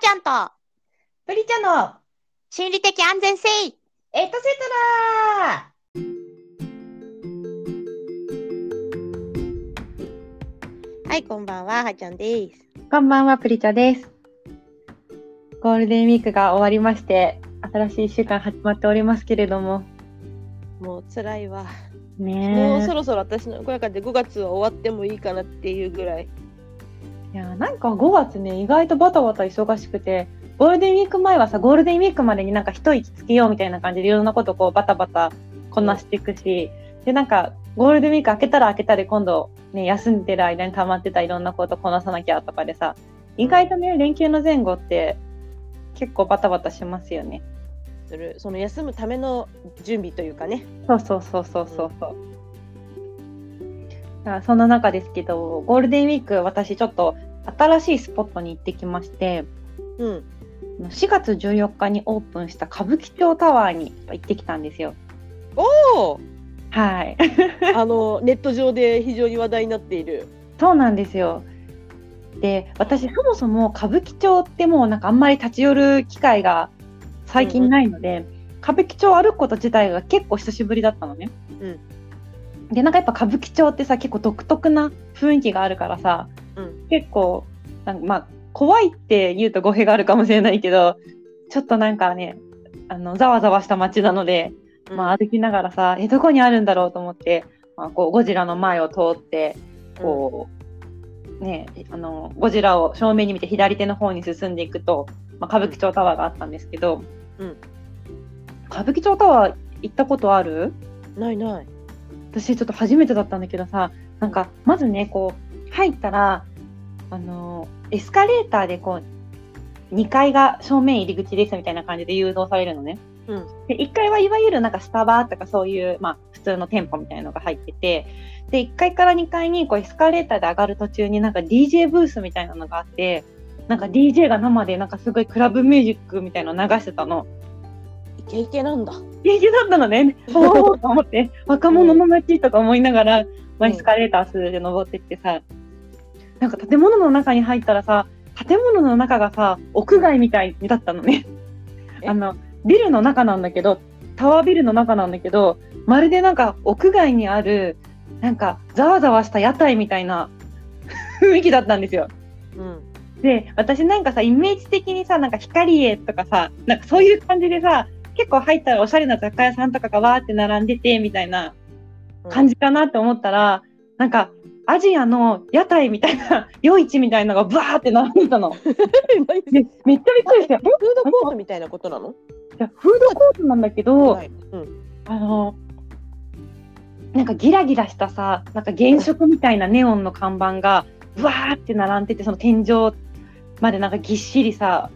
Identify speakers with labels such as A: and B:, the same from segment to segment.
A: ちゃんと
B: プリチャの
A: 心理的安全性
B: エトセトラ
A: はい、こんばんは、はちゃんです。
B: こんばんは、プリチャです。ゴールデンウィークが終わりまして、新しい1週間始まっておりますけれども。
A: もう辛いわ。
B: ね
A: もうそろそろ私の声かで5月は終わってもいいかなっていうぐらい。
B: いやなんか5月ね意外とバタバタ忙しくてゴールデンウィーク前はさゴールデンウィークまでになんか一息つけようみたいな感じでいろんなことこうバタバタこなしていくしでなんかゴールデンウィーク明けたら明けたで今度ね休んでる間に溜まってたいろんなことこなさなきゃとかでさ意外とね連休の前後って結構バタバタしますよね
A: するその休むための準備というかね。
B: そうそうそうそうそうそう。だからそんな中ですけどゴールデンウィーク私ちょっと新しいスポットに行ってきまして。
A: うん。
B: 4月14日にオープンした歌舞伎町タワーに行ってきたんですよ。
A: おー
B: はい、
A: あのネット上で非常に話題になっている。
B: そうなんですよ。で、私そもそも歌舞伎町ってもうなんかあんまり立ち寄る機会が最近ないので、歌舞伎町歩くこと自体が結構久しぶりだったのね。で、なんかやっぱ歌舞伎町ってさ結構独特な雰囲気があるからさ、
A: うん
B: 結構なんかまあ怖いって言うと語弊があるかもしれないけど、ちょっとなんかねあのざわざわした街なので。まあ、歩きながらさえどこにあるんだろうと思って、まあ、こうゴジラの前を通ってこう、ね、あのゴジラを正面に見て左手の方に進んでいくと、まあ、歌舞伎町タワーがあったんですけど、
A: うん
B: 歌舞伎町タワー行ったことある
A: うんないない。
B: 私ちょっと初めてだったんだけどさなんかまずねこう入ったらあのエスカレーターでこう2階が正面入り口ですみたいな感じで誘導されるのね。
A: うん
B: で1階はいわゆるなんかスタバとかそういう、まあ、普通の店舗みたいなのが入っててで1階から2階にこうエスカレーターで上がる途中になんか DJ ブースみたいなのがあってなんか DJ が生でなんかすごいクラブミュージックみたいなの流してたの。
A: イケイケなんだ。
B: 元気だったのね。おおと思って、若者の街とか思いながら、まあ、エスカレーター数で登ってってさ、なんか建物の中に入ったらさ、建物の中がさ、屋外みたいだったのね。
A: え
B: あの、ビルの中なんだけど、タワービルの中なんだけど、まるでなんか屋外にある、なんかざわざわした屋台みたいな 雰囲気だったんですよ。
A: うん。
B: で私なんかさイメージ的にさなんか光栄とかさなんかそういう感じでさ結構入ったらおしゃれな雑貨屋さんとかがわーって並んでてみたいな感じかなって思ったら、なんかアジアの屋台みたいな 夜市みたいなのがバーって並んでたの。
A: うん。何フ
B: でめっちゃびっくりしてえ
A: ードコートみたいなことなの？
B: いやフードコートなんだけど、
A: い。うん。
B: あのなんかギラギラしたさなんか原色みたいなネオンの看板がわーって並んでてその天井までなんかぎっしりさ、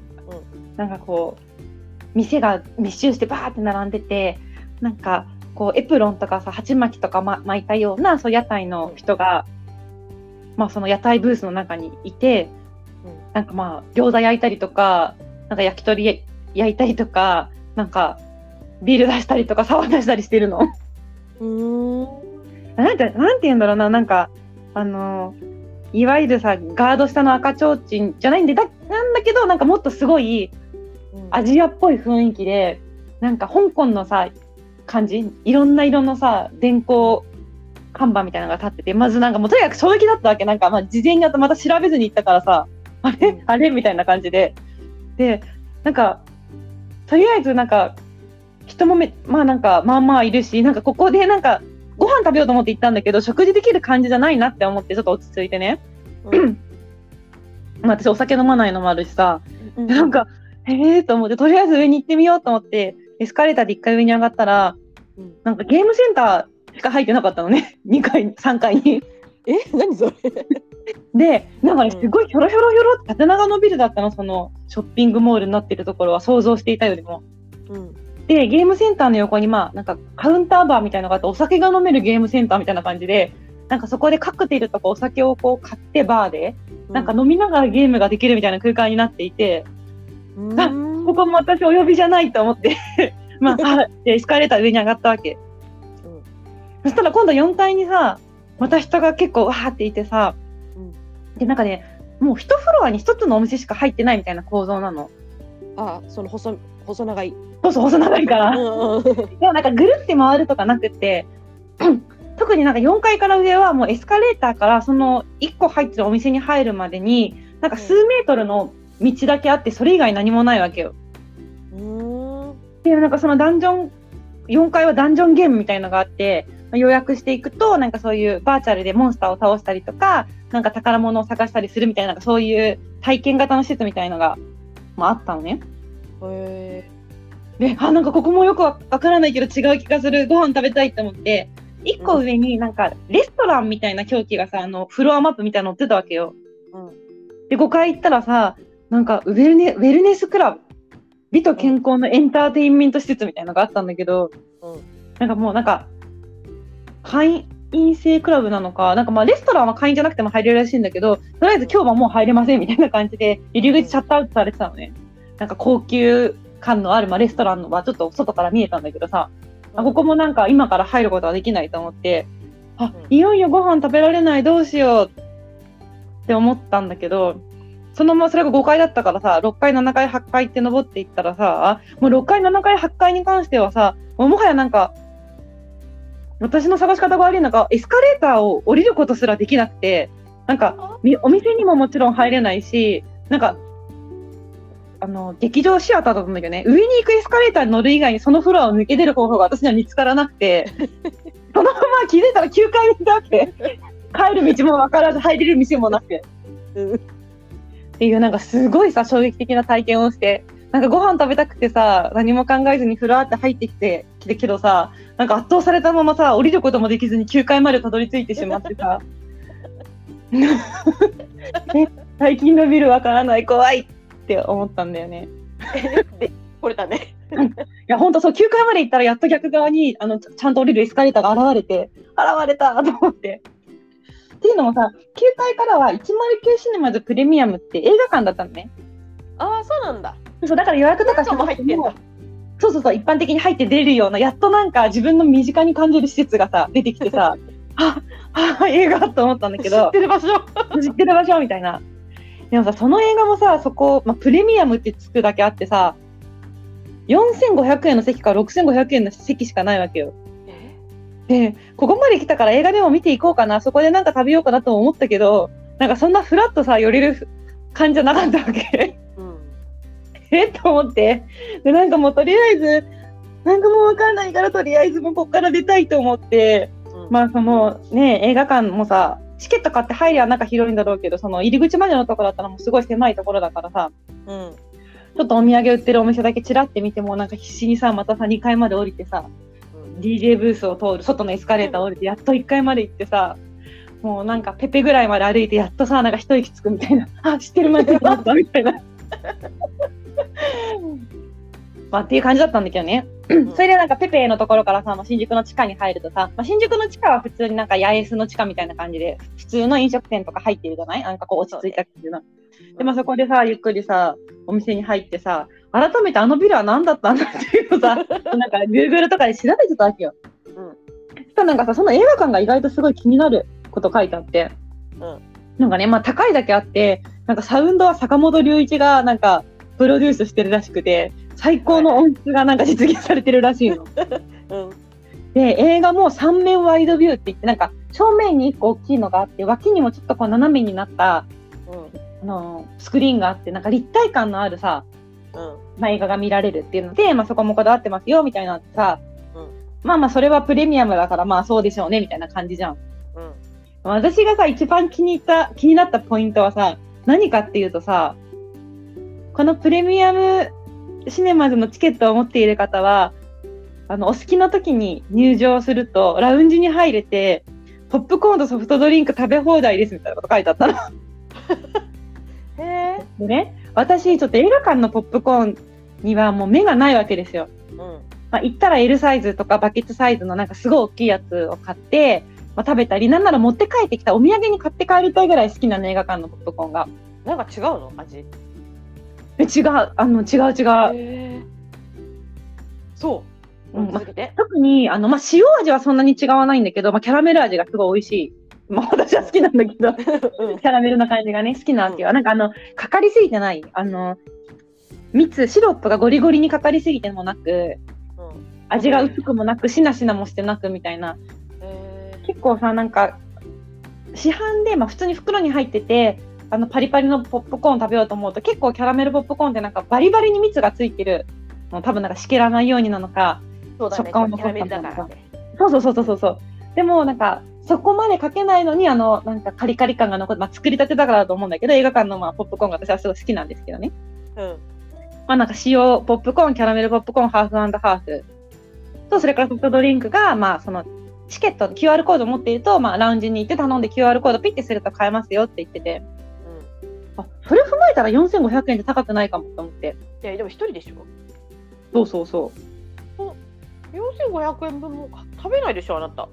B: なんかこう店が密集してバーって並んでてなんかこうエプロンとかさ鉢巻きとか、ま、巻いたようなそう屋台の人が、まあ、その屋台ブースの中にいて、
A: うん
B: なんかまあ餃子焼いたりとかなんか焼き鳥焼いたりとかなんかビール出したりとか騒出したりしてるの。
A: うーん。
B: なんて、なんて言うんだろうな、なんか、あのー、いわゆるさ、ガード下の赤ちょうちんじゃないんで、だ、なんだけど、なんかもっとすごいアジアっぽい雰囲気で、なんか香港のさ、感じ、いろんな色のさ、電光看板みたいなのが立ってて、まずなんかもうとにかく衝撃だったわけ、なんか、まあ、事前にまた調べずに行ったからさ、あ
A: う
B: れ
A: ん
B: あれみたいな感じで。で、なんか、とりあえずなんか、人もめ、まあなんか、まあまあいるし、なんかここでなんか、ご飯食べようと思って行ったんだけど、食事できる感じじゃないなって思って、ちょっと落ち着いてね。
A: うん。
B: まあ私お酒飲まないのもあるしさ、
A: う ん
B: でなん。か、えーと思って、とりあえず上に行ってみようと思って、エスカレーターで1階上に上がったら、
A: うん
B: なんかゲームセンターしか入ってなかったのね、2階、3階に。
A: え、何それ？
B: で、なんかね、
A: うん
B: すごいひょろひょろひょろって縦長のビルだったの、そのショッピングモールになってるところは想像していたよりも。
A: うん。
B: で、ゲームセンターの横に、まあ、なんかカウンターバーみたいなのがあって、お酒が飲めるゲームセンターみたいな感じで、なんかそこでカクテルとかお酒をこう買ってバーで、なんか飲みながらゲームができるみたいな空間になっていて、
A: うん。
B: あここも私お呼びじゃないと思って、 まあ、あでエスカレーター上に上がったわけ。
A: うん
B: そしたら今度4階にさ、また人が結構わーっていてさ、
A: うん
B: で、なんかね、もう一フロアに一つのお店しか入ってないみたいな構造なの。
A: あその細細長い。
B: そうそう、細長いか
A: う
B: ら。
A: ん う ん
B: でもなんかぐるって回るとかなくて、 特になんか4階から上はもうエスカレーターからその1個入ってるお店に入るまでに、なんか数メートルの道だけあって、それ以外何もないわけよ。
A: うん。う
B: で、なんかそのダンジョン、4階はダンジョンゲームみたいのがあって、予約していくと、なんかそういうバーチャルでモンスターを倒したりとか、なんか宝物を探したりするみたいな、なんかそういう体験型の施設みたいのが、まあ、あったのね。
A: ーんへ
B: で、あ、なんかここもよくわわからないけど違う気がする。ご飯食べたいって思って、一個上になんかレストランみたいな表記がさ、あの、フロアマップみたいなの載ってたわけよ。
A: うん
B: で、5階行ったらさ、なんかウェルネ、ウェルネスクラブ、美と健康のエンターテインメント施設みたいなのがあったんだけど、
A: うん
B: なんかもうなんか、会員制クラブなのか、なんかまあレストランは会員じゃなくても入れるらしいんだけど、とりあえず今日はもう入れませんみたいな感じで、入り口シャットアウトされてたのね。なんか高級感のある、まあ、レストランはちょっと外から見えたんだけどさ、あここもなんか今から入ることはできないと思って、あ
A: うん
B: いよいよご飯食べられないどうしようって思ったんだけど、そのままそれが5階だったからさ、6階、7階、8階って登っていったらさ、もう6階、7階、8階に関してはさ、もうもはやなんか、私の探し方が悪いのか、エスカレーターを降りることすらできなくて、なんか、みお店にももちろん入れないし、なんか、あの、劇場シアターだったんだけどね、上に行くエスカレーターに乗る以外にそのフロアを抜け出る方法が私には見つからなくて、 そのまま気づいたら9階にいたわけ。帰る道もわからず、入れる道もなくて。
A: うん
B: っていうなんかすごいさ衝撃的な体験をしてなんかご飯食べたくてさ何も考えずにフロアって入ってきてきてけどさなんか圧倒されたままさ降りることもできずに9階までたどり着いてしまってさ え最近のビルわからない怖いって思ったんだよね。
A: これだね。
B: いや、本当そう、9階まで行ったら、やっと逆側にあのちちゃんと降りるエスカレーターが現れて、現れたと思って。っていうのもさ、9階からは109シネマズプレミアムって映画館だったのね。
A: ああそうなんだ。
B: そうだから予約とかしなくて
A: 映画
B: もそうそうそう、一般的に入って出るような、やっとなんか自分の身近に感じる施設がさ、出てきて さ、ああ映画と思ったんだけ
A: 知っ
B: ど、
A: てる場所。
B: 知ってる場所みたいな。でもさ、その映画もさ、そこ、まあ、プレミアムってつくだけあってさ、4500円の席か6500円の席しかないわけよ。
A: え
B: で、ここまで来たから映画でも見ていこうかな、そこでなんか食べようかなとも思ったけど、なんかそんなフラッとさ、寄れる感じじゃなかったわけ。
A: うん。
B: えっと思って。で、なんかもうとりあえず、なんかもうわかんないからとりあえずもうこっから出たいと思って、まあそのね、映画館もさ、チケット買って入りゃなんか広いんだろうけど、その入り口までのところだったらもうすごい狭いところだからさ、
A: うん。
B: ちょっとお土産売ってるお店だけチラって見てもなんか必死にさ、またさ、2階まで降りてさ、DJ ブースを通る外のエスカレーターを降りてやっと1階まで行ってさもうなんかペペぐらいまで歩いてやっとさなんか一息つくみたいな あ知ってる 街だったみたいなまあっていう感じだったんだけどね、
A: うん
B: それでなんかペペのところからさ、まあ、新宿の地下に入るとさ、まあ、新宿の地下は普通になんか八重洲の地下みたいな感じで普通の飲食店とか入ってるじゃないなんかこう落ち着いたっていうので、まあ、そこでさ、ゆっくりさ、お店に入ってさ、改めてあのビルは何だったんだっていうの さ、なんか Google とかで調べてたわけよ。
A: うん
B: そしたらなんかさ、その映画館が意外とすごい気になること書いてあって、
A: うん
B: なんかね、まあ高いだけあって、なんかサウンドは坂本龍一がなんかプロデュースしてるらしくて、最高の音質がなんか実現されてるらしい の。
A: うん。
B: で、映画も3面ワイドビューって言って、なんか正面に1個大きいのがあって、脇にもちょっとこう斜めになった、
A: うん。
B: あのスクリーンがあって、なんか立体感のあるさ、
A: うん。
B: まあ、映画が見られるっていうので、まあ、そこもこだわってますよみたいなのってさ、
A: うん
B: まあまあそれはプレミアムだからまあそうでしょうねみたいな感じじゃん。
A: うん。
B: 私がさ一番気に入った気になったポイントはさ何かっていうとさこのプレミアムシネマズのチケットを持っている方はあのお好きな時に入場するとラウンジに入れてポップコーンとソフトドリンク食べ放題ですみたいなこと書いてあったの。
A: へえ。
B: でね私ちょっと映画館のポップコーンにはもう目がないわけですよ。
A: うん。
B: まあ、行ったら L サイズとかバケツサイズのなんかすごい大きいやつを買って、まあ、食べたりなんなら持って帰ってきたお土産に買って帰りたいぐらい好きなの映画館のポップコーンが
A: なんか違うの味。
B: え違うあの違う違う、
A: へえ。そう。
B: うん
A: 続けて。
B: 特にあの、まあ、塩味はそんなに違わないんだけど、まあ、キャラメル味がすごい美味しいまあ私は好きなんだけど、 キ
A: うん
B: ャラメルの感じがね、好きなわけよ。なんかあの、かかりすぎてない。あの、蜜、シロップがゴリゴリにかかりすぎてもなく、
A: うん
B: 味が薄くもなく、しなしなもしてなくみたいな。
A: え
B: 結構さ、なんか、市販で、まあ普通に袋に入ってて、あのパリパリのポップコーン食べようと思うと結構キャラメルポップコーンってなんかバリバリに蜜がついてるの多分なんかしけらないようになのか
A: ーそうだね
B: 食
A: キ
B: 感も
A: ャラメルだからね
B: そうそうそうそうそうそう。でもなんかそこまでかけないのにあのなんかカリカリ感が残って、まあ、作りたてだからだと思うんだけど映画館のまあポップコーンが私はすごい好きなんですけどね。
A: うん
B: まあなんか塩ポップコーンキャラメルポップコーンハーフハーフとそれからソフトドリンクがまあそのチケット QR コード持っていると、まあ、ラウンジに行って頼んで QR コードピッてすると買えますよって言ってて
A: うん
B: あそれ踏まえたら4500円って高くないかもと思って
A: いやでも一人でしょ
B: そうそうそう
A: 4500円分もあ食べないでしょあなた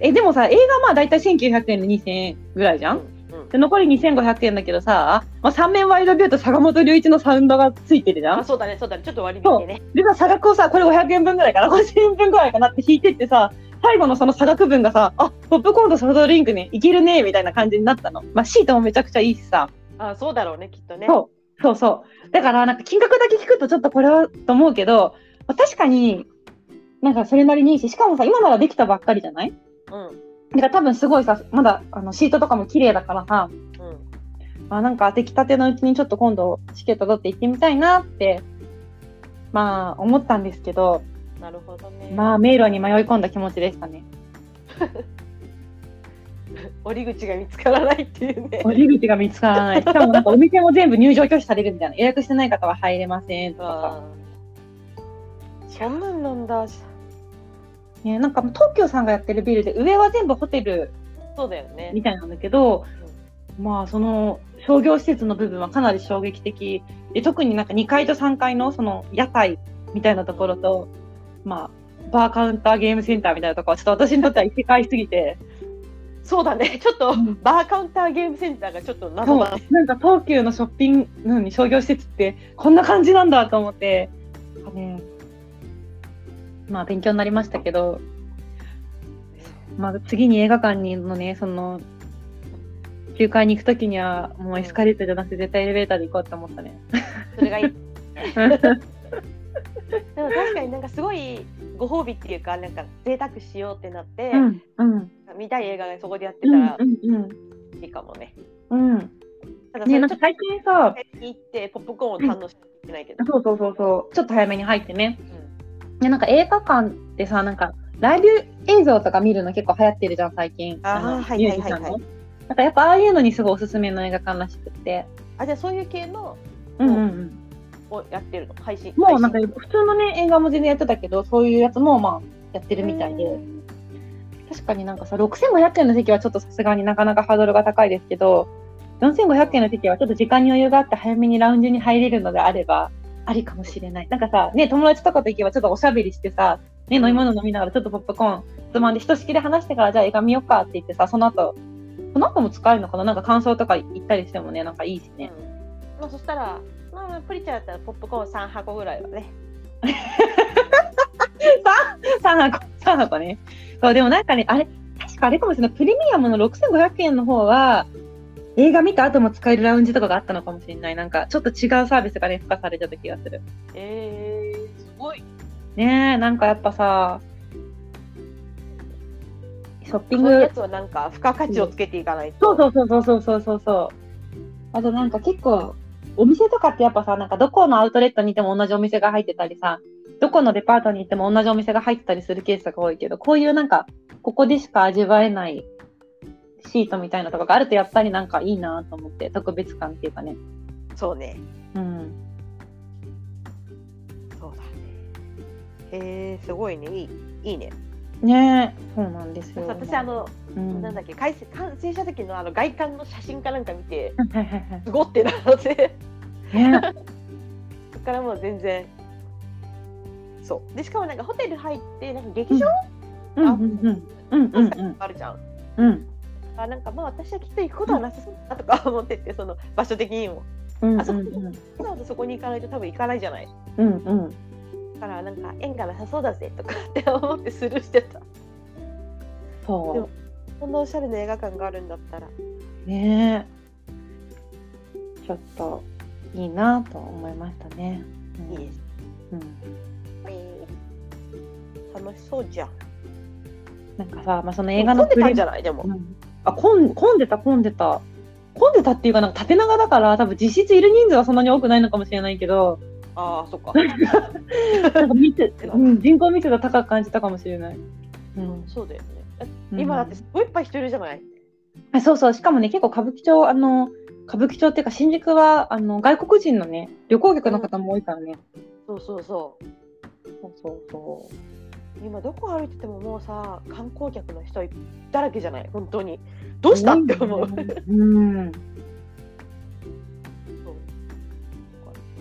B: えでもさ映画まあ大体1900円で2000円ぐらいじゃん
A: うんうん
B: で残り2500円だけどさ、まあ、3面ワイドビューと坂本龍一のサウンドがついてるじゃ
A: あ
B: ん
A: そうだねそうだねちょっと割り引いてね
B: でさ差額をさこれ500円分ぐらい かな5000円分ぐらいかなって引いてってさ最後のその差額分がさあポップコーンとソフトドリンクねいけるねみたいな感じになったのまあシートもめちゃくちゃいいしさ、
A: あそうだろうねきっとね
B: そうそうそうだからなんか金額だけ聞くとちょっとこれはと思うけど、まあ確かになんかそれなりにいいししかもさ今ならできたばっかりじゃない
A: うん
B: だから多分すごいさまだあのシートとかも綺麗だからさ
A: うん
B: あなんか出来たてのうちにちょっと今度チケット取って行ってみたいなってまあ思ったんですけど
A: なるほどね
B: まあ迷路に迷い込んだ気持ちでしたね。
A: 折り口が見つからないっていうね
B: 折り口が見つからない。しかもなんかお店も全部入場拒否されるみたいな予約してない方は入れませんとか
A: あーそんなんなんだ
B: さ、ね、なんか東京さんがやってるビルで上は全部ホテル
A: そうだよね
B: みたいなんだけど、まあその商業施設の部分はかなり衝撃的で特になんか2階と3階のその屋台みたいなところと、まあ、バーカウンターゲームセンターみたいなところはちょっと私にとっては異世界すぎて
A: そうだねちょっと
B: うん
A: バーカウンターゲームセンターがちょっと謎
B: そう
A: だね
B: なんか東急のショッピングなに商業施設ってこんな感じなんだと思って、なんかね、まあ勉強になりましたけど、まあ、次に映画館にのねその9階に行くときにはもうエスカレーターじゃなくて絶対エレベーターで行こうと思ったね。
A: それがいいでも確かになんかすごいご褒美っていうかなんか贅沢しようってなって、
B: うんうん
A: 見たい映画がそこでやって
B: う
A: た
B: ん
A: ら
B: うん
A: いいかもね。
B: うん
A: ただそ
B: ね
A: れち
B: なん
A: ょっ
B: か
A: と
B: 最近さ
A: 早めに行ってポップコーンを堪能しなきゃいけないけど。
B: そうそうそうそうちょっと早めに入ってね
A: うん
B: でなんか映画館ってさなんかライブ映像とか見るの結構流行ってるじゃん最近
A: あー
B: の
A: はい
B: ミュ
A: は
B: ー
A: い
B: ジ
A: は
B: シ
A: い
B: ャン
A: はい
B: のなんかやっぱああいうのにすごいおすすめの映画館らしくって
A: あじゃあそういう系の
B: うんうんうん
A: をやってるの配信。
B: もうなんか
A: 配
B: 普通のね映画も全然やってたけどそういうやつもまあやってる
A: 信
B: みたいで。確かになんかさ6500円の席はちょっとさすがになかなかハードルが高いですけど4500円の席はちょっと時間に余裕があって早めにラウンジに入れるのであればありかもしれないなんかさね友達とかと行けばちょっとおしゃべりしてさ、ね、飲み物飲みながらちょっとポップコーンつまんでひとしきり話してからじゃあ映画見ようかって言ってさその後その後も使えるのかななんか感想とか言ったりしてもねなんかいいしね。
A: うんまあそしたらまあまあプリちゃんだったらポップコーン三箱ぐらいはね。
B: 3箱3箱ねそうでもなんかねあれ確かあれかもしれないプレミアムの6500円の方は映画見た後も使えるラウンジとかがあったのかもしれないなんかちょっと違うサービスがね付加されちゃった気がする
A: えー、すごい。
B: ねえなんかやっぱさショッピ
A: そ
B: ン
A: ういう
B: グ
A: やつはなんか付加価値をつけていかない
B: そ
A: と。
B: うそうそうそうそうそうそうそうあとなんか結構お店とかってやっぱさなんかどこのアウトレットにいても同じお店が入ってたりさどこのデパートに行っても同じお店が入ってたりするケースが多いけどこういうなんかここでしか味わえないシートみたいなとかがあるとやっぱりなんかいいなと思って特別感っていうかね
A: そうね。
B: うん
A: そうだね。えー、すごいねいいいいね。
B: ねえそうなんですよ
A: 私あ、の。
B: うん、
A: なんだっけ感染感染した時のあの外観の写真かなんか見て
B: はいはいはい
A: すごってなので
B: ね
A: そっからもう全然そうでしかもなんかホテル入ってなんか劇場
B: うんうんうんうんうんうん
A: あるじゃん、
B: うん
A: あなんかまあ私はきっと行くことはなさそうだなとか思っててその場所的にも
B: うん
A: あそこ
B: うん
A: わざわざそこに行かないと多分行かないじゃない
B: うんうん
A: だからなんか縁がなさそうだぜとかって思ってスルーしてた
B: そ
A: で
B: う
A: もこんなおしゃれな映画館があるんだったら
B: ねえちょっといいなと思いましたね。うん
A: いいです、
B: うん、
A: えー楽しそうじゃん
B: なんかさ、まあ、その映
A: 映
B: 画の
A: 画のでたんじゃ
B: プ
A: ないでも
B: レビューうんあ混ん混んでた混んでた混んでたっていうかなんか縦長だから多分実質いる人数はそんなに多くないのかもしれないけど
A: ああそっか
B: なんか見て、うん、人口密度高く感じたかもしれない。うん
A: そうだよねだって今だってすごいいっぱい人いるじゃない、
B: あそうそう、しかもね、結構歌舞伎町、あの、歌舞伎町っていうか、新宿は、あの、外国人のね、旅行客の方も多いからね。
A: そうそうそう
B: そうそうそ
A: 今どこ歩いててももうさ観光客の人だらけじゃない本当にどうしたって思う、
B: うん。
A: そう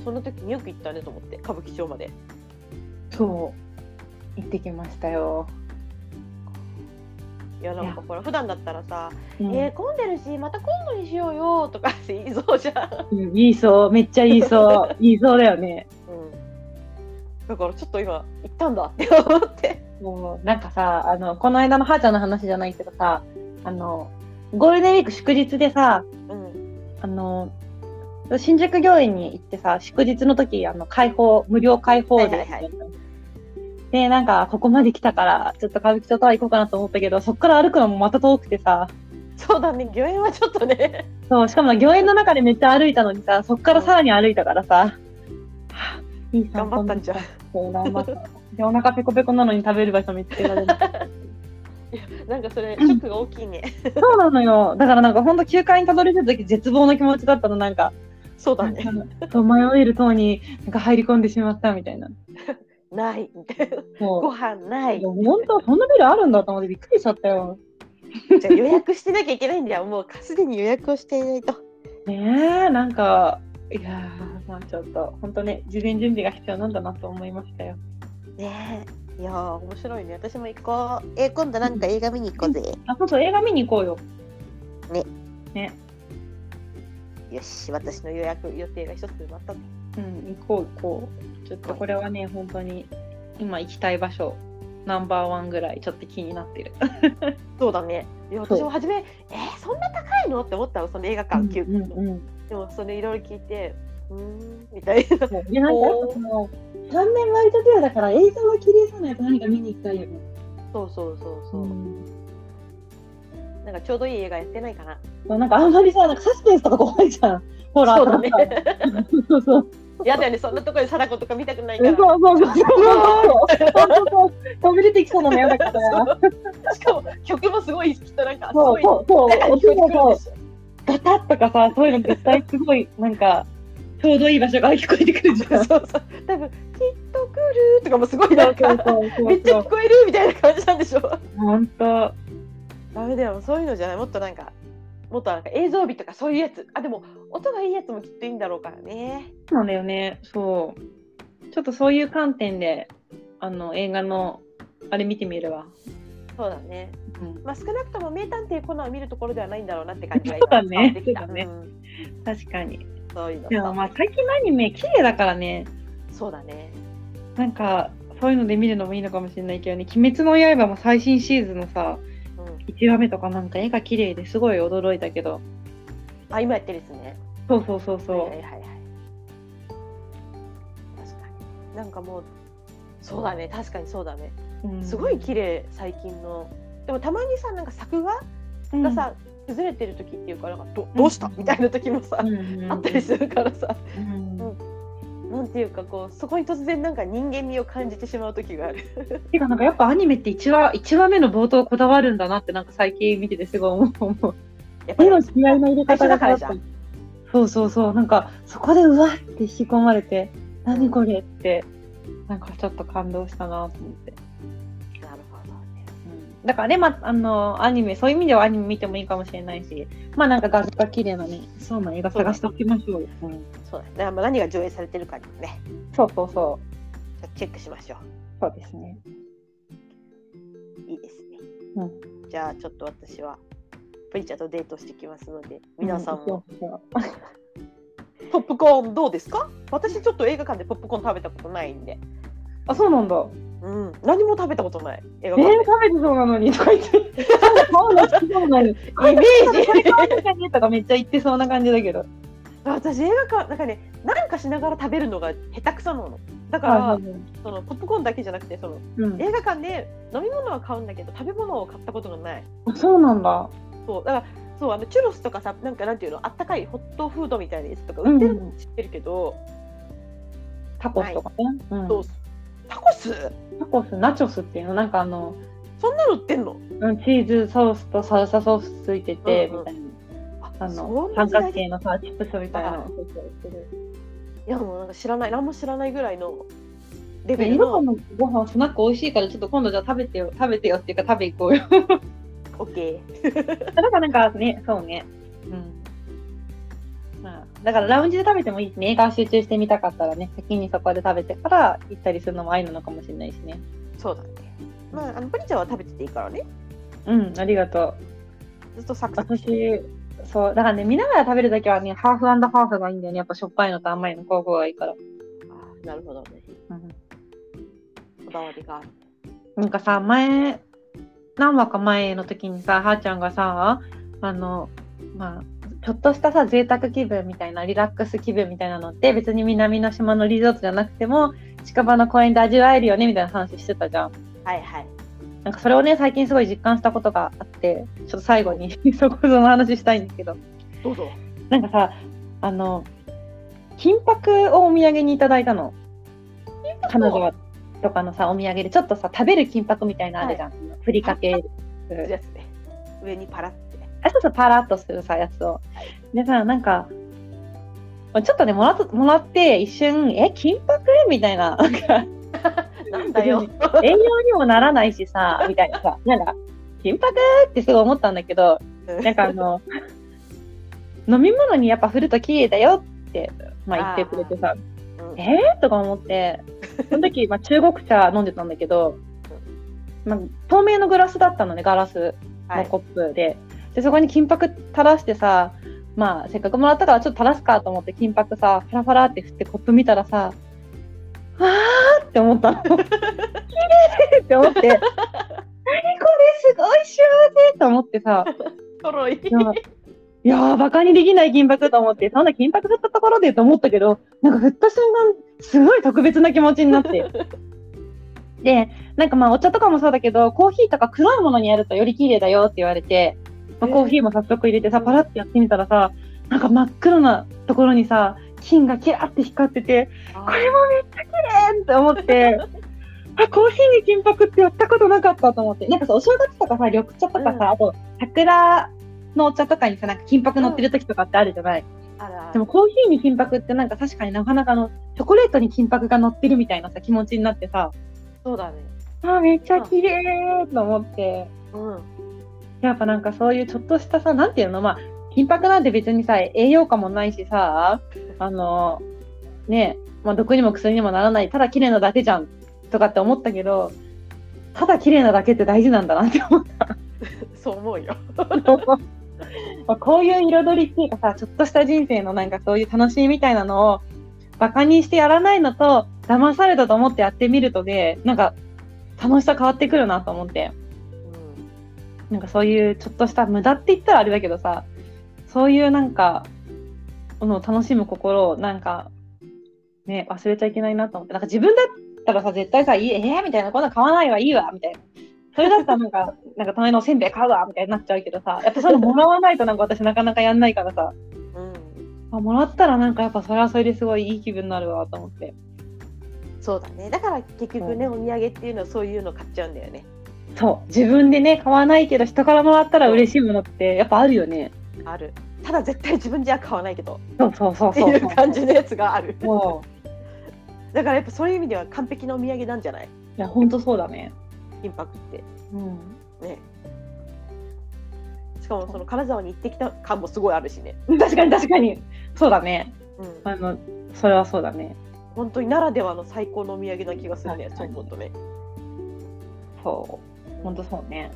A: その時によく行ったねと思って歌舞伎町まで
B: そう。行ってきましたよ。
A: いやなんかほら普段だったらさ
B: う
A: 「
B: ん
A: えー、混んでるしまた今度にしようよ」とかって言いそうじゃん、
B: うんいいそう、めっちゃいいそう。 いいそうだよね。
A: うん、だからちょっと今行ったんだって思って
B: もう、なんかさ、あの、この間のはーちゃんの話じゃないけどさ、あの、ゴールデンウィーク祝日でさ、
A: うん
B: あの、新宿御苑に行ってさ、祝日の時、あの、開放、無料開放で、
A: はいはいはい
B: で、なんか、ここまで来たから、ちょっと歌舞伎町タワー行こうかなと思ったけど、そっから歩くのもまた遠くてさ、
A: そうだね御苑はちょっとね
B: そう、しかも御苑の中でめっちゃ歩いたのにさ、そっからさらに歩いたからさ、はあいい散
A: 頑
B: 歩にな
A: 張ったんじゃん
B: そう頑張った。で、お腹ペコペコなのに食べる場所見つけられない。
A: なんかそれショックが大きいね
B: そうなのよ。だからなんか、ほんと休館にたどり着いた時、絶望の気持ちだったの、なんか、
A: そうだ
B: なんか
A: ね
B: そう迷える塔に、なんか入り込んでしまったみたいな。
A: ないみたいな
B: もう
A: ご飯ない
B: いや本当そんなビルあるんだと思ってびっくりしちゃったよ。
A: じゃあ予約してなきゃいけないんだよもうすでに予約をしていないと
B: ねえなんかいやーまあちょっと本当ね事前準備が必要なんだなと思いましたよ。
A: ねえいやー面白いね私も行こうえー今度なんか映画見に行こうぜ
B: あそうそう映画見に行こうよ。
A: よし私の予約予定が一つ埋まったね
B: うん行こう行こう。ちょっとこれはね本当に今行きたい場所ナンバーワンぐらいちょっと気になってる。
A: そうだねいや
B: そう
A: 私も初めえーそんな高いのって思ったのその映画館急
B: うん
A: 遽、
B: うんうん
A: でもそれいろいろ聞いてうーんみたいな
B: そうでなんかやっぱその3年バイトデアだから映画は切りさないと何か見に行きたいよね。
A: そうそうそうそう、
B: ん
A: なんかちょうどいい映画やってないかな
B: そうなんかあんまりさなんかサスペンスとか怖いじゃん。ほら
A: そうだね
B: そうそう。
A: やだよねそんなとこで貞子とか見たくないか
B: そう
A: ら
B: そうそうそうそうそう飛び出てきそうなの嫌だから
A: しかも曲もすごいきっとなんかす
B: そ
A: ご
B: う
A: い
B: そうそう音
A: 聞こえてくる
B: も
A: でしょ
B: ガタッとかさそういうの絶対すごいなんかちょうどいい場所が聞こえてくるじゃん
A: そうそう多分「きっと来る」とかもすごいなんかめっちゃ聞こえるみたいな感じなんでしょ
B: 本当
A: ダメだよそういうのじゃないもっとなんかもっとなんか映像美とかそういうやつあでも音がいいやつもきっといいんだろうからね
B: そうなんだよねそうちょっとそういう観点であの映画のあれ見てみるわ、
A: そうだね
B: うん、
A: まあ少なくとも名探偵コナンを見るところではないんだろうなって感じが
B: そうだね
A: 伝わってきた
B: そうだね
A: ん
B: 確かに
A: そういうの
B: でもまあ最近のアニメ綺麗だからね
A: そうだね
B: なんかそういうので見るのもいいのかもしれないけどね「鬼滅の刃」も最新シーズンのさ
A: うん
B: 1話目とかなんか絵が綺麗ですごい驚いたけど
A: あ今やってるですね
B: そうそうそうそう、
A: はいはいはいはい確かになんかもうそうだね確かにそうだね
B: うん
A: すごい綺麗最近のでもたまにさなんか作画
B: うん
A: がさ、崩れてる時っていうかなんかどどうした、みたいな時もさ、
B: うんうんうん
A: あったりするからさ、
B: うん
A: うんなんていうかこうそこに突然なんか人間味を感じてしまう時がある
B: てかなんかやっぱアニメって1話一話目の冒頭こだわるんだなってなんか最近見ててすごい思う思う
A: やっぱ
B: 絵
A: り
B: の気合いの入れ方が変わっ
A: 最
B: た
A: 初だからじ
B: そうそうそうなんかそこでうわって引き込まれて何これってなんかちょっと感動したなと思って、
A: なるほどね
B: だからねまあのアニメそういう意味ではアニメ見てもいいかもしれないしまあなんか画像が綺麗なねそうな映画探しておきましょうようん
A: そうだねだからまあ何が上映されてるかにもね
B: そうそうそう
A: ちょっとチェックしましょ
B: そうですね。
A: ういいですね、
B: う
A: じゃあちょっと私はプリちゃんとデートしてきますので皆さんも、
B: も。
A: ポップコーンどうですか私ちょっと映画館でポップコーン食べたことないんで
B: あ、そうなんだ。
A: うん、何も食べたことない映
B: え
A: 画
B: ー、
A: 館で
B: 食べてそうなのにとか言って、そうなの好きそうなのに、イ
A: イメージ
B: ジとかめっちゃ言ってそうな感じだけど。
A: 私映画館なんかねなんかしながら食べるのが下手くそなのだから、
B: はいはいはい
A: そのポップコーンだけじゃなくてその
B: うん
A: 映画館で飲み物は買うんだけど食べ物を買ったことがない
B: あそうなんだ。
A: そうだからそうあのチュロスとかさなんかなんていうのあったかいホットフードみたいなやつとか売ってる
B: うんう
A: の
B: ん
A: 知ってるけど、
B: タコスとかね。うん
A: そうタコス
B: タコス、ナチョスっていうの、なんかあの、
A: そんなの売ってんの
B: うんチーズソースとサルサソースついてて、
A: うんうん
B: みたいな。
A: あ
B: あ
A: そ
B: の
A: んな
B: 三
A: 時代
B: 角形のさチップスみたいな
A: あいやもうなんか知らない何も知らないぐらいのレベル
B: 今
A: の
B: のご飯スナック美味しいからちょっと今度じゃあ食べてよ食べてよっていうか食べ行こうよ
A: オッケー
B: だからなんかねそうねうんまあだからラウンジで食べてもいいしね映画集中してみたかったらね先にそこで食べてから行ったりするのもありなのかもしれないしね
A: そうだねまああのプリちゃんは食べてていいからね
B: うんありがとう
A: ずっとサクサク
B: 私そうだからね見ながら食べるだけはねハーフハーフがいいんだよねやっぱしょっぱいのと甘いの交互がいいから、
A: あなるほどね
B: うん
A: こだわりがある
B: なんかさ前何話か前の時にさはーちゃんがさあのまあちょっとしたさ贅沢気分みたいなリラックス気分みたいなのって別に南の島のリゾートじゃなくても近場の公園で味わえるよねみたいな話してたじゃん
A: はいはい
B: なんかそれをね最近すごい実感したことがあってちょっと最後に そこその話したいんだけど
A: どうぞ
B: なんかさあの金箔をお土産にいただいたの彼女とかのさお土産でちょっとさ食べる金箔みたいなのあるじゃん、ふりかけ
A: のやつね上にパラって
B: あちょっとパラッとするさやつをでさなんかちょっとねもらっともらって一瞬え金箔みたいななんか
A: なんだよ
B: 栄養にもならないしさみたいなさなんか金箔ってすごい思ったんだけどなんかあの飲み物にやっぱ振ると綺麗だよって、まあ、言ってくれてさ
A: うん
B: えー、とか思ってその時、まあ、中国茶飲んでたんだけど、まあ、透明のグラスだったのねガラス
A: は
B: の
A: い
B: コップで,、でそこに金箔垂らしてさまあせっかくもらったからちょっと垂らすかと思って金箔さフラフラって振ってコップ見たらさあーって思 ったの綺麗って思って何これすごい幸せと思ってさ
A: トロイ
B: いやいやー、バカにできない金箔と思って、そんな金箔振ったところでと思ったけど、なんか振った瞬間、すごい特別な気持ちになって。で、なんかまあお茶とかもそうだけど、コーヒーとか黒いものにやるとより綺麗だよって言われて、まあ、
A: えー
B: コーヒーも早速入れてさ、パラってやってみたらさ、なんか真っ黒なところにさ、金がキラって光ってて、これもめっちゃ綺麗って思って、あ、コーヒーに金箔ってやったことなかったと思って、なんかさ、お正月とかさ、緑茶とかさ、
A: うん
B: あと、桜のお茶とかにさ、なんか金箔乗ってる時とかってあるじゃない、
A: あら
B: でもコーヒーに金箔ってなんか確かになかなかあの、チョコレートに金箔が乗ってるみたいなさ、気持ちになってさ、
A: そうだね
B: あ、めっちゃ綺麗と思って、
A: うん
B: やっぱなんかそういうちょっとしたさ、なんていうの、まあ、金箔なんて別にさ、栄養価もないしさ、あの、ねえ、まあ、毒にも薬にもならない、ただ綺麗なだけじゃんとかって思ったけど、ただ綺麗なだけって大事なんだなって思った
A: そう思うよ
B: の。 まあこういう彩りっていうかさ、ちょっとした人生のなんかそういう楽しみみたいなのを、バカにしてやらないのと、騙されたと思ってやってみるとで、なんか楽しさ変わってくるなと思って。
A: うん
B: なんかそういうちょっとした無駄って言ったらあれだけどさそういうなんかものを楽しむ心をなんかね忘れちゃいけないなと思ってなんか自分だったらさ絶対さ「いいえーみたいな「こんなん買わないわいいわ」みたいな。それだったらなんか、 なんか隣のおせんべい買うわみたいになっちゃうけどさ、やっぱそういうのもらわないとなんか 私なかなかやんないからさ、
A: うん
B: あもらったらなんかやっぱそれはそれですごいいい気分になるわと思って。
A: そうだねだから結局ねお土産っていうのはそういうの買っちゃうんだよね
B: そう、自分でね、買わないけど人からもらったら嬉しいものってやっぱあるよね。
A: あるただ絶対自分じゃ買わないけど
B: そうそうそう
A: って
B: そう。
A: いう感じのやつがある
B: も、
A: だからやっぱそういう意味では完璧なお土産なんじゃないう
B: いや、ほんとそうだね。
A: 金箔って
B: うん
A: ねしかもその金沢に行ってきた感もすごいあるしね、
B: 確かに確かにそうだね
A: うん、
B: あのそれはそうだね
A: 本当にならではの最高のお土産な気がするねそう思うとね
B: そう本当そうね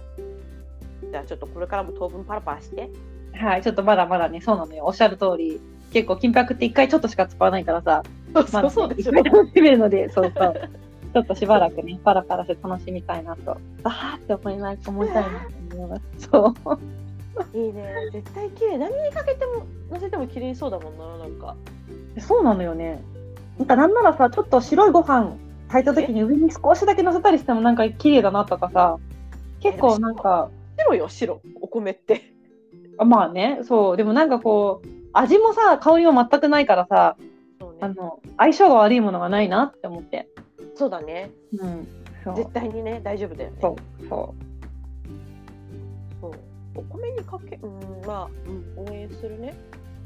A: じゃあちょっとこれからも当分パラパラして
B: はいちょっとまだまだねそうなのよおっしゃる通り結構金箔って一回ちょっとしか使わないからさ
A: そう
B: まだね
A: そうでしょ
B: 一回楽しめるのでそうそうちょっとしばらくね、パラパラして楽しみたいなと、バーって思いな思いたいなと思います。そう。
A: いいね絶対綺麗何にかけても乗せても綺麗そうだもんななんか
B: そうなのよね。なんかなんならさ、ちょっと白いご飯炊いた時に上に少しだけ乗せたりしてもなんか綺麗だなとかさ、結構なんか、
A: 白よ白お米って
B: あまあね、そう、でもなんかこう、味もさ、香りも全くないからさ、
A: そう,、ね
B: あ、の、相性が悪いものがないなって思って。
A: そうだね
B: うん。そう
A: 絶。対にね大丈夫だよね
B: そう。そ
A: そうお米にかけうんまあ、うん、応援するね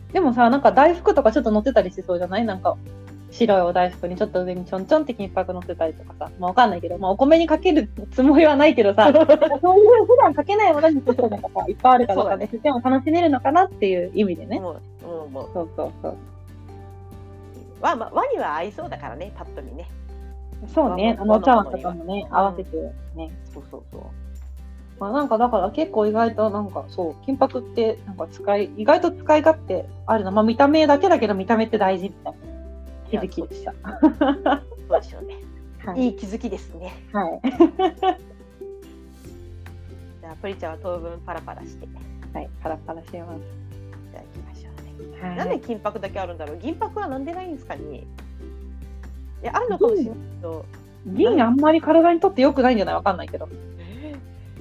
B: う。でもさ、なんか大福とかちょっと乗ってたりしそうじゃないなんか、白いお大福にちょっと上にちょんちょんって金箔乗ってたりとかさ、まあわかんないけど、まあお米にかけるつもりはないけど さ、そういう普段かけないものにちょっとなんかさ、いっぱいあるから
A: そうだ
B: さ、
A: ね
B: ね、でも楽しめるのかなっていう意味でね。
A: もうもうもう
B: そうそうそう。
A: 和まあ和には合いそうだからねパッと見ね
B: そうね、
A: ま
B: あの
A: あまあ
B: お茶碗とかもね、
A: まあ
B: 合わせてね。
A: そうそうそう
B: まあなんかだから結構意外となんかそう、金箔ってなんか使い、意外と使い勝手あるな。まあ見た目だけだけど見た目って大事みたいな気づきでした。
A: そうでしょうね
B: はい
A: いい気づきですね
B: はい。
A: じゃあプリちゃんは当分パラパラしてい
B: はい、パラパラしてます。
A: ただきましょうね
B: はい、
A: なんで金箔だけあるんだろう銀箔はなんでないんですかねいやあるのかもしれないけど、
B: 銀あんまり体にとって良くないんじゃないわかんないけど。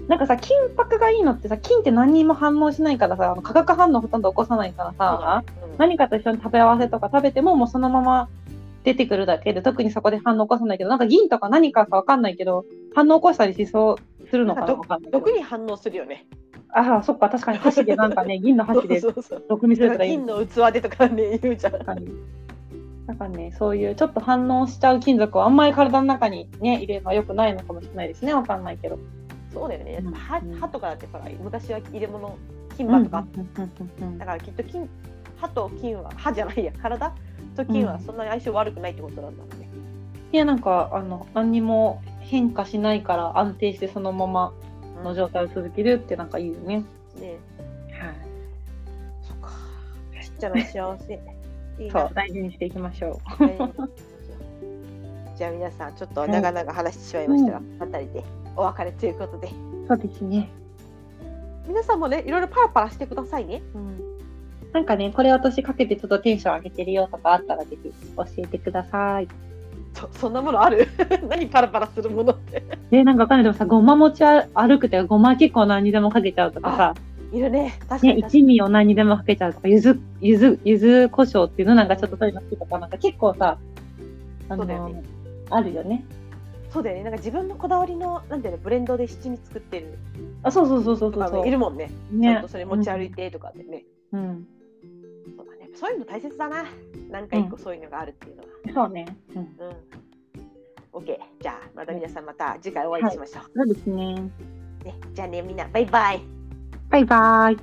B: なんかさ、金箔がいいのってさ、金って何にも反応しないからさ、あの化学反応ほとんど起こさないからさ、
A: うん
B: 何かと一緒に食べ合わせとか食べても、もうそのまま出てくるだけで、特にそこで反応起こさないけど、なんか銀とか何かさ、わかんないけど、反応起こしたりしそうするのかな
A: なん
B: わかんないけど
A: 毒。に反応するよね
B: ああ、そっか、確かに箸 でなんかね、銀の箸で
A: そうそうそう
B: 毒味するとかいい
A: 銀の器でとかね言うじゃん
B: 確かに。なんかね、そういうちょっと反応しちゃう金属をあんまり体の中にね、入れるのは良くないのかもしれないですね。わかんないけど。
A: そうだよね
B: うん
A: 歯
B: うん
A: 歯とかだってほら昔は入れ物金歯とかあっ
B: うんうんうんうん
A: だからきっと金歯と金は歯じゃないや体と金はそんなに相性悪くないってことなんだろうね。
B: いや、なんか、あの、何にも変化しないから安定してそのままの状態を続けるってなんかいいよね。は
A: ね
B: い。
A: そっか。ちっちゃな幸 せ。いい
B: そ
A: な
B: う、大事にしていきましょ
A: じゃあ皆さんちょっと長々話してしまいましたが、
B: う
A: あたりでお別れということで
B: う。そうですね。
A: 皆さんもねいろいろパラパラしてくださいね。
B: なんかね、これ私かけてちょっとテンション上げてるよとかあったらぜひ教えてください。
A: そそんなものある 何パラパラするものって。
B: で、なんかわかんないでもさ、ごま持ち歩くてごま結構何にでもかけちゃうとかさ、
A: いるね確か
B: ね、
A: に確か
B: 一味を何にでもかけちゃうとか、ゆず、ゆず、ゆず胡椒っていうのなんかちょっとそういうの好きとか、なんか結構さ、あ
A: そうだよね
B: あるよね。
A: にそうだよねなんか自分のこだわりのなんていうのブレンドで七味作ってる
B: あ、そうそうそうそうそう
A: とか
B: そう。
A: もいるもんね。ちょ
B: ね
A: っとそれ持ち歩いてとかでね。
B: うん。
A: そうだね。そういうの大切だな。なんか一個そういうのがあるっていうのは。
B: そうね。うん。
A: うん。オッケー。じゃあまた皆さんまた次回お会いしましょう。
B: そうですね。
A: ね。じゃあねみんなバイバイ。
B: バイバイ。